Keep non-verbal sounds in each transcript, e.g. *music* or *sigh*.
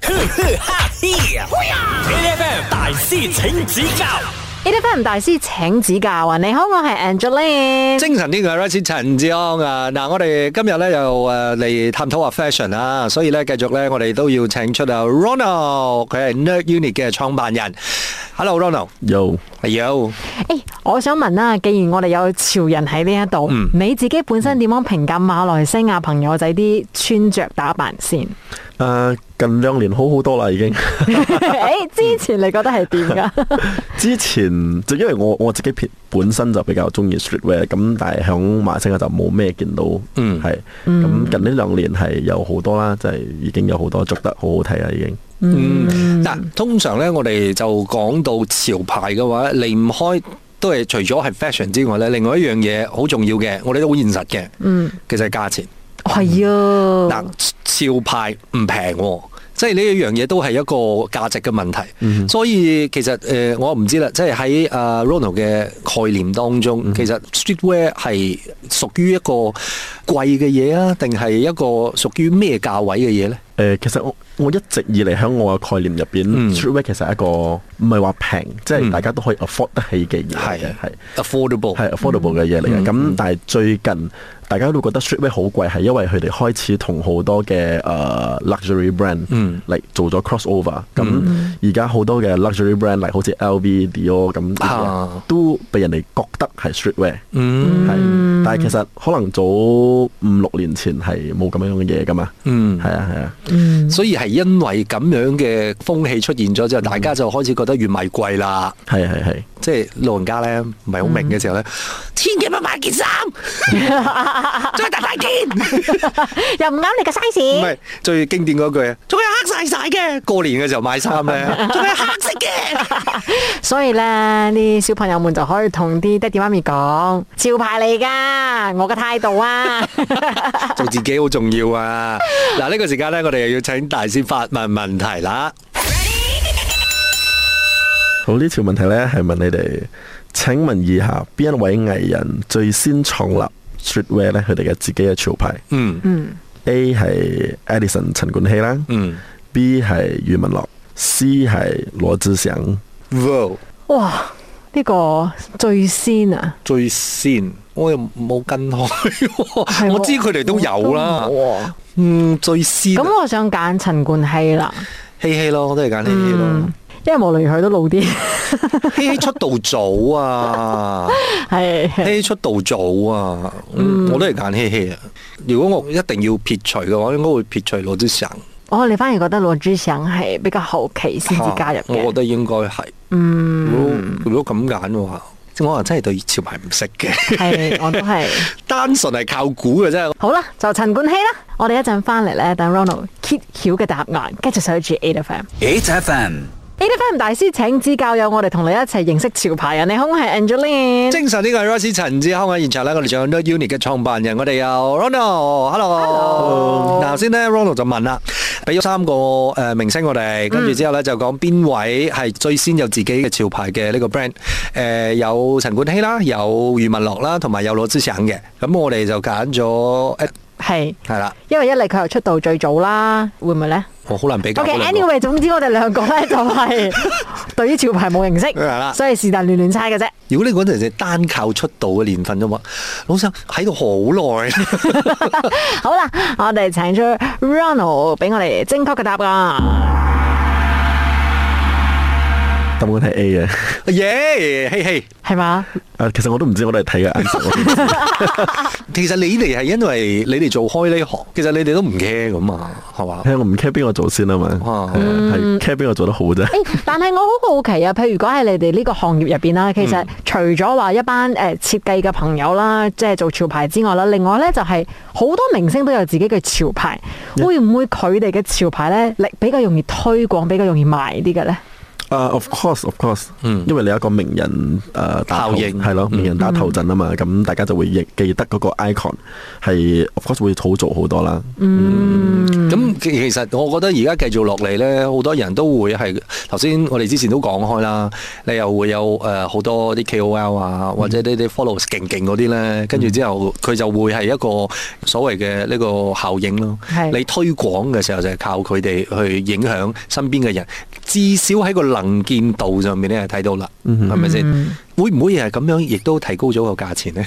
哈嘿呀！A F M 大師請指教，A F M 大師請指教啊！你好，我係 Angeline。精神啲嘅 Rice 陳志安啊！嗱，我哋今日咧又誒嚟探討下 fashion 啊，所以咧繼續咧我哋都要請出啊 Ronald，佢係 Nerd Unit 嘅創辦人。Hello Ronald，有係有誒，我想問啦，既然我哋有潮人喺呢一度，你自己本身點樣評價馬來西亞朋友仔啲穿着打扮 *laughs* 先？啊，近兩年好好多啦，已經。 *laughs* 誒，之前你覺得係點㗎？之前就因為我我自己偏本身就比較中意 streetwear，咁但係響馬來西亞就冇咩見到，嗯係。咁近呢兩年係有好多啦，就係、已經有好多着得好好睇啦，啊已經。嗯嗱，通常咧我哋就講到潮牌嘅話，離唔開都係除咗係 fashion 之外咧，另外一樣嘢好重要嘅，我哋都好現實嘅，嗯，其實係價錢。係 *laughs* 哦啊，嗱，潮牌唔平喎。即係呢一樣嘢都係一個價值嘅問題，嗯所以其實誒、呃我唔知啦，即係喺啊 Ronald 嘅概念當中，嗯其實 streetwear 係屬於一個貴嘅嘢啊，定係一個屬於咩價位嘅嘢呢？誒、其實我我一直以嚟喺我嘅概念入邊、嗯 s t r e e t w a r 其實係一個唔係話平，即係大家都可以 afford 得起嘅嘢嚟嘅，係。 affordable，係 affordable 嘅嘢嚟嗯嘅。咁、但係最近大家都覺得 streetwear 好貴，係因為佢哋開始同好多嘅誒、呃 luxury brand 嗯嚟做咗 crossover。咁而家好多嘅 luxury brand 嚟，好似 LV、Dior 咁呢啲嘢啊都被人哋覺得係 streetwear。嗯係，但係其實可能早五六年前係冇咁樣嘅嘢噶嘛。嗯係啊係啊，所以係因為咁樣嘅風氣出現咗之後，大家就開始覺得越賣貴啦。係係係。即係老人家咧唔係好明嗯嘅時候咧，千幾蚊買件 *laughs* 衫，再大塊件。又唔啱你嘅唔 size。係最經典嗰句，仲有黑晒晒嘅。過年嘅時候買衫咧， *laughs* 仲有黑色嘅。所以咧，啲小朋友們就可以同啲爹哋媽咪講，潮牌嚟噶，我嘅態度啊。做自己好重要啊！嗱，呢個時間咧，我哋又要請大師發問問題啦。好，呢條問題呢係問你哋，請問以下邊一位藝人最先創立 streetwear 呢？佢哋嘅自己嘅潮牌嗯嗯？A 係 Edison 陳冠希啦、嗯 b 係余文樂，C 係羅志祥。 ，Wow， *laughs* 哇，呢、個最先啊！最先我又冇跟開係喎，喎我知佢哋都有啦我。都冇喎啊嗯，最先咁我想揀陳冠希啦，希希咯，我都係揀希希嗯咯。，因為無論佢都老啲，希希出道早啊！係希出道早啊，嗯我都係揀希希啊。如果我一定要撇除嘅話，應該會撇除羅志祥。我哋反而覺得羅志祥係比較後期先至加入啊我覺嘅，得應該係。嗯，如果如果咁揀嘅話，即係我可能真係對潮牌唔識嘅， *laughs* 係我都係。單純係靠估嘅啫。好啦，就陳冠希啦，我哋一陣翻嚟咧，等 Ronald 揭曉嘅答案，跟住守住 A F M。 ，H F M。 A F M 大師請指教，有我哋同你一齊認識潮牌人，你好，我係 Angeline。精神呢個係 Royce 陳志康喺現場咧，我哋仲有 Nerd Unit 嘅創辦人，我哋有 Ronald，Hello。嗱先咧，Ronald 就問啦，俾咗三個誒明星我哋，跟住之後咧就講邊位係最先有自己嘅潮牌嘅呢個 brand，誒有陳冠希啦，有余文樂啦，同埋有羅志祥嘅，咁我哋就揀咗誒係，係啦，因為一嚟佢又出道最早啦，會唔會呢？我好難比較嗰兩個。 OK，anyway，總之我哋兩個咧就 *laughs* 係對於潮牌冇認係啦識，所以是但亂亂猜嘅啫。 *laughs* 如果你嗰陣時單靠出道嘅年份啫嘛，老實喺度好耐， *laughs* 好啦，我哋請出 Ronald 俾我哋正確嘅答啊案。答案係 A 嘅。 *laughs* 耶！嘿嘿，係嘛？啊，其實我都唔知，我都係睇嘅 answer 我都唔知。其實你哋係因為你哋做開呢行，其實你哋都唔 care 咁啊，係嘛？係我唔 care 邊個做先啊嘛，哇係啊係 care 邊個做得好 *laughs* 啫。誒、但係我好好奇啊，譬如如果喺你哋呢個行業入邊啦，其嗯實除咗話一班誒設計嘅朋友啦，即係做潮牌之外啦，另外呢就係好多明星都有自己嘅潮牌，會唔會佢哋嘅潮牌呢，力比較容易推廣，比較容易賣啲嘅呢？啊、o f course，of course，因為你有一個名人誒、呃打嗯頭效嗯應係咯，名人打頭陣啊嘛，咁、大家就會記記得嗰個 icon 係 of course 會好做好多啦。嗯嗯咁其其實我覺得而家繼續落嚟咧，好多人都會係頭先我哋之前都講開啦，你又會有誒好、多啲 KOL 啊，或者呢啲 follow 勁勁嗰啲咧，跟住之後佢就會係一個所謂嘅呢個效應咯係。你推廣嘅時候就係靠佢哋去影響身邊嘅人，至少喺個能見度上面咧睇到啦，係咪先？會唔會係咁樣，亦都提高咗個價錢咧？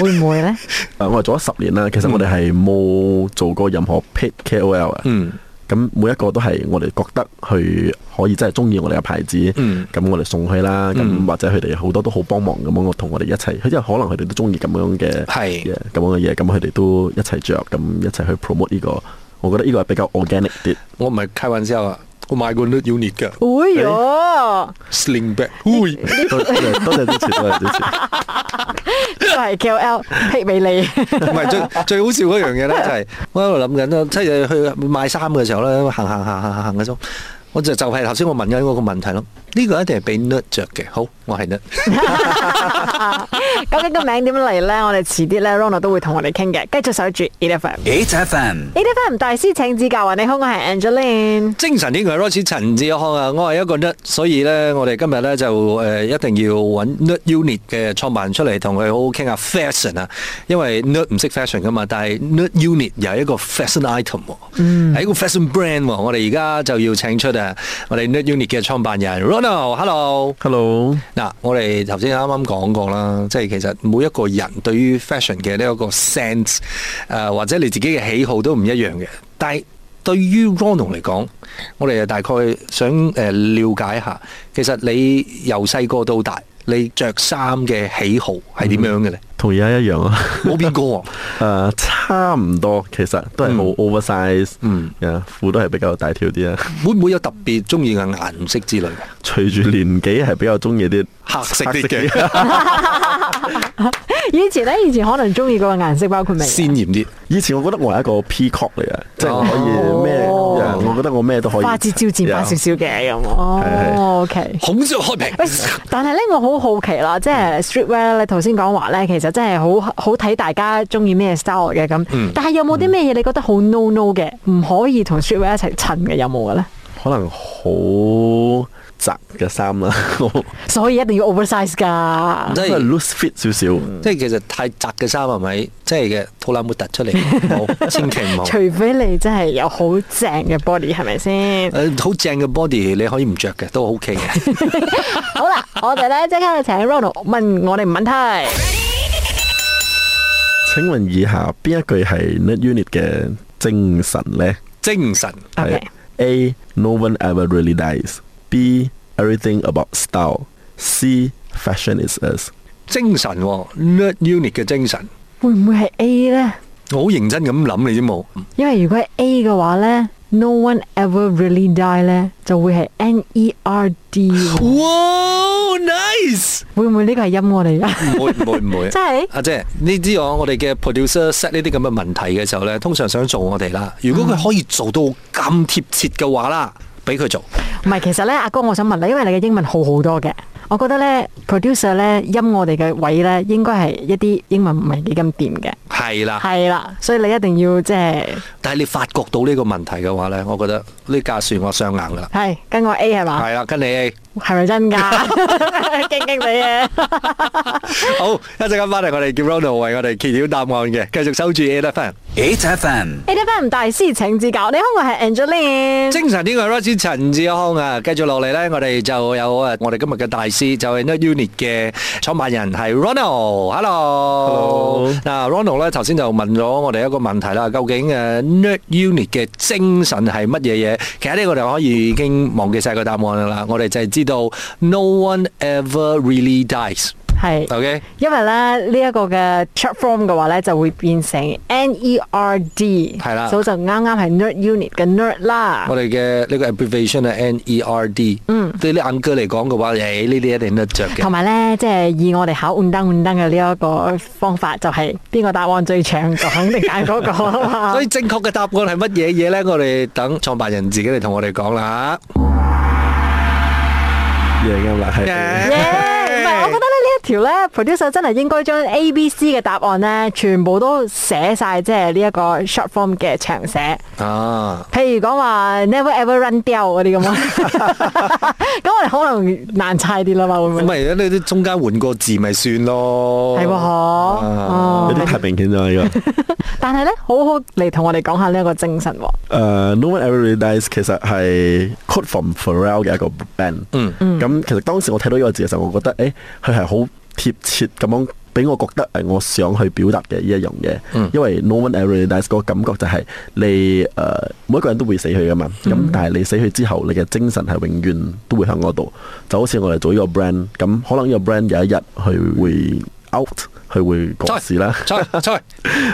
會唔會咧？誒，啊我哋做咗十年啦，其實我哋係冇做過任何 paid KOL 嗯啊。嗯咁每一個都係我哋覺得佢可以真係中意我哋嘅牌子，咁、嗯我哋送佢啦。咁、嗯或者佢哋好多都好幫忙咁樣，我同我哋一齊，佢因為可能佢哋都中意咁樣嘅係嘢咁樣嘅嘢，咁佢哋都一齊着，咁一齊去 promote 呢、個。我覺得呢個係比較 organic 啲。我唔係開玩笑啊，我買過 n u t unit 嘅哎哟， sling bag，喂多多謝多謝支持，多謝支持。都係 *laughs* KOL 劈俾你。唔係最 *laughs* 最好笑嗰樣嘢咧，就係我喺度諗緊啦，即係去買衫嘅時候咧，行行行行行行嘅時我就就係頭先我問緊嗰個問題咯。呢、個一定係俾 nerd 着嘅，好，我係 nerd。啊究竟個名點嚟咧？我哋遲啲咧，Ronald 都會同我哋傾嘅。繼續守住 E F M。 ，HFM。 E F M 大師請指教啊！你好，我係 Angeline。 *laughs* 精神呢個係 Royce 陳志康啊，我係一個 nerd，所以咧我哋今日咧就誒、呃一定要揾 nerd unit 嘅創辦人出嚟同佢好好傾下 fashion 啊，因為 nerd 唔識 fashion 噶嘛，但係 nerd unit 又係一個 fashion item 喎，係、一個 fashion brand 喎，我哋而家就要請出啊我哋 nerd unit 嘅創辦人 Ronald，hello。 Hello，嗱，我哋頭先啱啱講過啦，即係其實每一個人對於 fashion 嘅呢一個 sense，誒、或者你自己嘅喜好都唔一樣嘅。但係對於 Ronald 嚟講，我哋大概想誒、呃了解下，其實你由細個到大，你着衫嘅喜好係點樣嘅咧？同而家一樣啊。 *laughs* 冇變過喎。誒、差唔多，其實都係冇 oversize，嗯誒褲都係比較大條啲啊。會唔會有特別中意嘅顏色之類嘅？隨住年紀係比較中意啲 *laughs* 黑色啲嘅，以前咧，以前可能中意嗰個顏色包括咩？鮮豔啲。以前我覺得我係一個 peacock 嚟嘅，即係我可以咩哦人，我覺得我咩都可以。花枝招展翻少少嘅咁。係哦，OK。孔雀開屏。 *laughs* 喂，但係咧，我好好奇啦，即係嗯 streetwear 你頭先講話咧，其實真係好好睇大家中意咩 style 嘅咁。嗯但係有冇啲咩嘢你覺得好 no no 嘅，唔可以同 streetwear 一齊襯嘅有冇嘅咧？可能好窄嘅衫啦， *laughs* 所以一定要 oversize 㗎。即即係係 loose fit 少少。即係其實太窄嘅衫係咪？即係嘅肚腩會突出嚟， *laughs* 冇千祈唔好。除非你真係有好正嘅 body，係 *laughs* 咪先？誒好正嘅 body 你可以唔着嘅，都 OK 嘅。 *laughs* 好啦，我哋咧即刻請 Ronald 問我哋問題。請問以下邊一句係 net unit 嘅精神呢？精神 OK，係 A No one ever really dies。B Everything about style。C Fashion is us。精神喎 nerd unit 嘅精神，會唔會係 A 咧？我好認真咁諗你知冇？因為如果係 A 嘅話咧，No one ever really die 咧，就會係 N E R D。哇，nice！會唔會呢個係音我嚟㗎？ *laughs* 唔會唔會唔會， *laughs* 真係阿姐，你知我我哋嘅 producer set 呢啲咁嘅問題嘅時候咧，通常想做我哋啦。如果佢可以做到咁貼切嘅話啦，俾佢做。唔係，其實咧，阿哥，我想問你，因為你嘅英文好好多嘅，我覺得咧，producer 咧音我哋嘅位咧，應該係一啲英文唔係幾咁掂嘅，係啦，係啦，所以你一定要即係但係你發覺到呢個問題嘅話咧，我覺得呢架船我上硬㗎啦。係跟我 A 係嘛？係啦，跟你係咪 *laughs* 真噶？驚驚地啊！好一陣間翻嚟，我哋叫 Ronald 為我哋揭曉答案嘅，繼續收住 A 啦，翻。 HFM。 A F M 大師請指教，你好，我係 Angeline。精神呢個係 Rosie 陳志康啊，繼續落嚟咧，我哋就有啊，我哋今日嘅大師就係 Nerd Unit 嘅創辦人係 Ronald。Hello， Hello 嗱 Ronald 咧頭先就問咗我哋一個問題啦，究竟誒 Nerd Unit 嘅精神係乜嘢嘢？其實呢個我哋可以已經忘記晒個答案㗎啦，我哋就係知道 No one ever really dies。係， OK，因為咧呢一個嘅 short form 嘅話咧，就會變成 N E R D，係啦所以就啱啱係 nerd unit 嘅 nerd 啦我。哋嘅 E 呢個 abbreviation 係 NERD。嗯，對啲硬哥嚟講嘅話，誒呢啲一定 nerd 著嘅同。埋咧，即係以我哋考換燈換燈嘅呢一個方法，就係邊個答案最長就肯定揀嗰個啦 *laughs* 嘛。所以正確嘅答案係 *laughs* 乜嘢嘢呢？我哋等創辦人自己嚟同我哋講啦。樣嘅啦，*laughs* 係耶！唔係， *laughs* 我覺得咧呢一條咧，producer 真係應該將 A、B、C 嘅答案咧，全部都寫晒，即係呢一個 short form 嘅長寫。啊，譬如講話 never ever run down 嗰啲 *laughs* 咁啊，咁我哋可能難猜啲啦嘛，會唔會 *laughs* 咁？咪你啲中間換個字咪算咯。係喎，嗬有哦啲太明顯咗呢個。但係咧，好好嚟同我哋講下呢一個精神喎。誒、No，uh, One Ever Really Dies 其實係 Quote from Pharrell 嘅一個 band。嗯咁其實當時我睇到呢個字嘅時候，我覺得誒佢係好貼切咁樣俾我覺得誒我想去表達嘅呢一樣嘢。因為 No One Ever Really Dies 嗰個感覺就係你誒、呃每一個人都會死去噶嘛。咁、但係你死去之後，你嘅精神係永遠都會喺嗰度。就好似我哋做呢個 brand，咁可能呢個 brand 有一日佢會 out，佢會過時啦，出去 *laughs* 出去，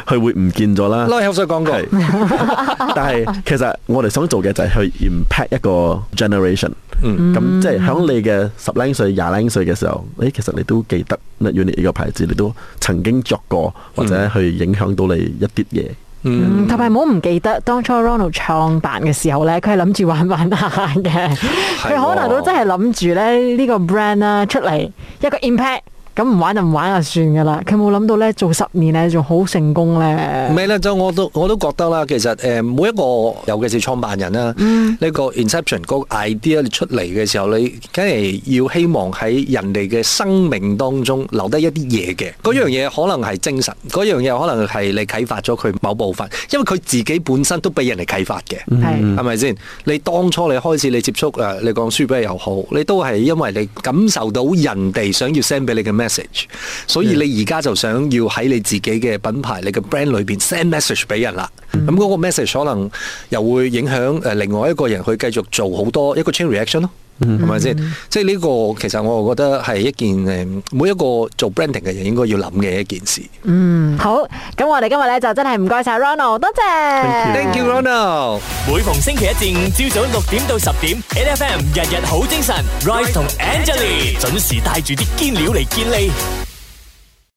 佢會唔見咗啦。攞口水廣告。係 *laughs* 但係其實我哋想做嘅就係去 impact 一個 generation。嗯咁即係響你嘅十零歲、廿零歲嘅時候，誒其實你都記得 n u Unit 呢個牌子，你都曾經作過，或者去影響到你一啲嘢。嗯，同埋唔好唔記得當初 Ronald 創辦嘅時候咧，佢係諗住玩玩下嘅，佢可能都真係諗住咧呢個 brand 啦出嚟一個 impact，咁唔玩就唔玩就算噶啦。佢冇諗到咧做十年咧仲好成功咧唔。係啦，就我都我都覺得啦，其實誒、呃每一個尤其是創辦人啦，呢、個 inception 嗰個 idea 你出嚟嘅時候，你梗係要希望喺人哋嘅生命當中留低一啲嘢嘅。嗰樣嘢可能係精神，嗰樣嘢可能係你啟發咗佢某部分，因為佢自己本身都俾人哋啟發嘅。係係咪先？你當初你開始你接觸誒、呃你講書俾又好，你都係因為你感受到人哋想要 send 俾你嘅 message，所以你而家就想要喺你自己嘅品牌、你嘅 brand 裏邊 send message 俾人啦。咁嗰、個 message 可能又會影響誒另外一個人去繼續做好多一個 chain reaction 咯。係咪先？即係呢個其實我覺得係一件誒，每一個做 branding 嘅人應該要諗嘅一件事。嗯，好，咁我哋今日咧就真係唔該晒 Ronald，多謝。 Thank you, Ronald。每逢星期一至五朝早六點到十點，N F M 日日好精神，Rise 同 Angelie 準時帶住啲堅料嚟健利。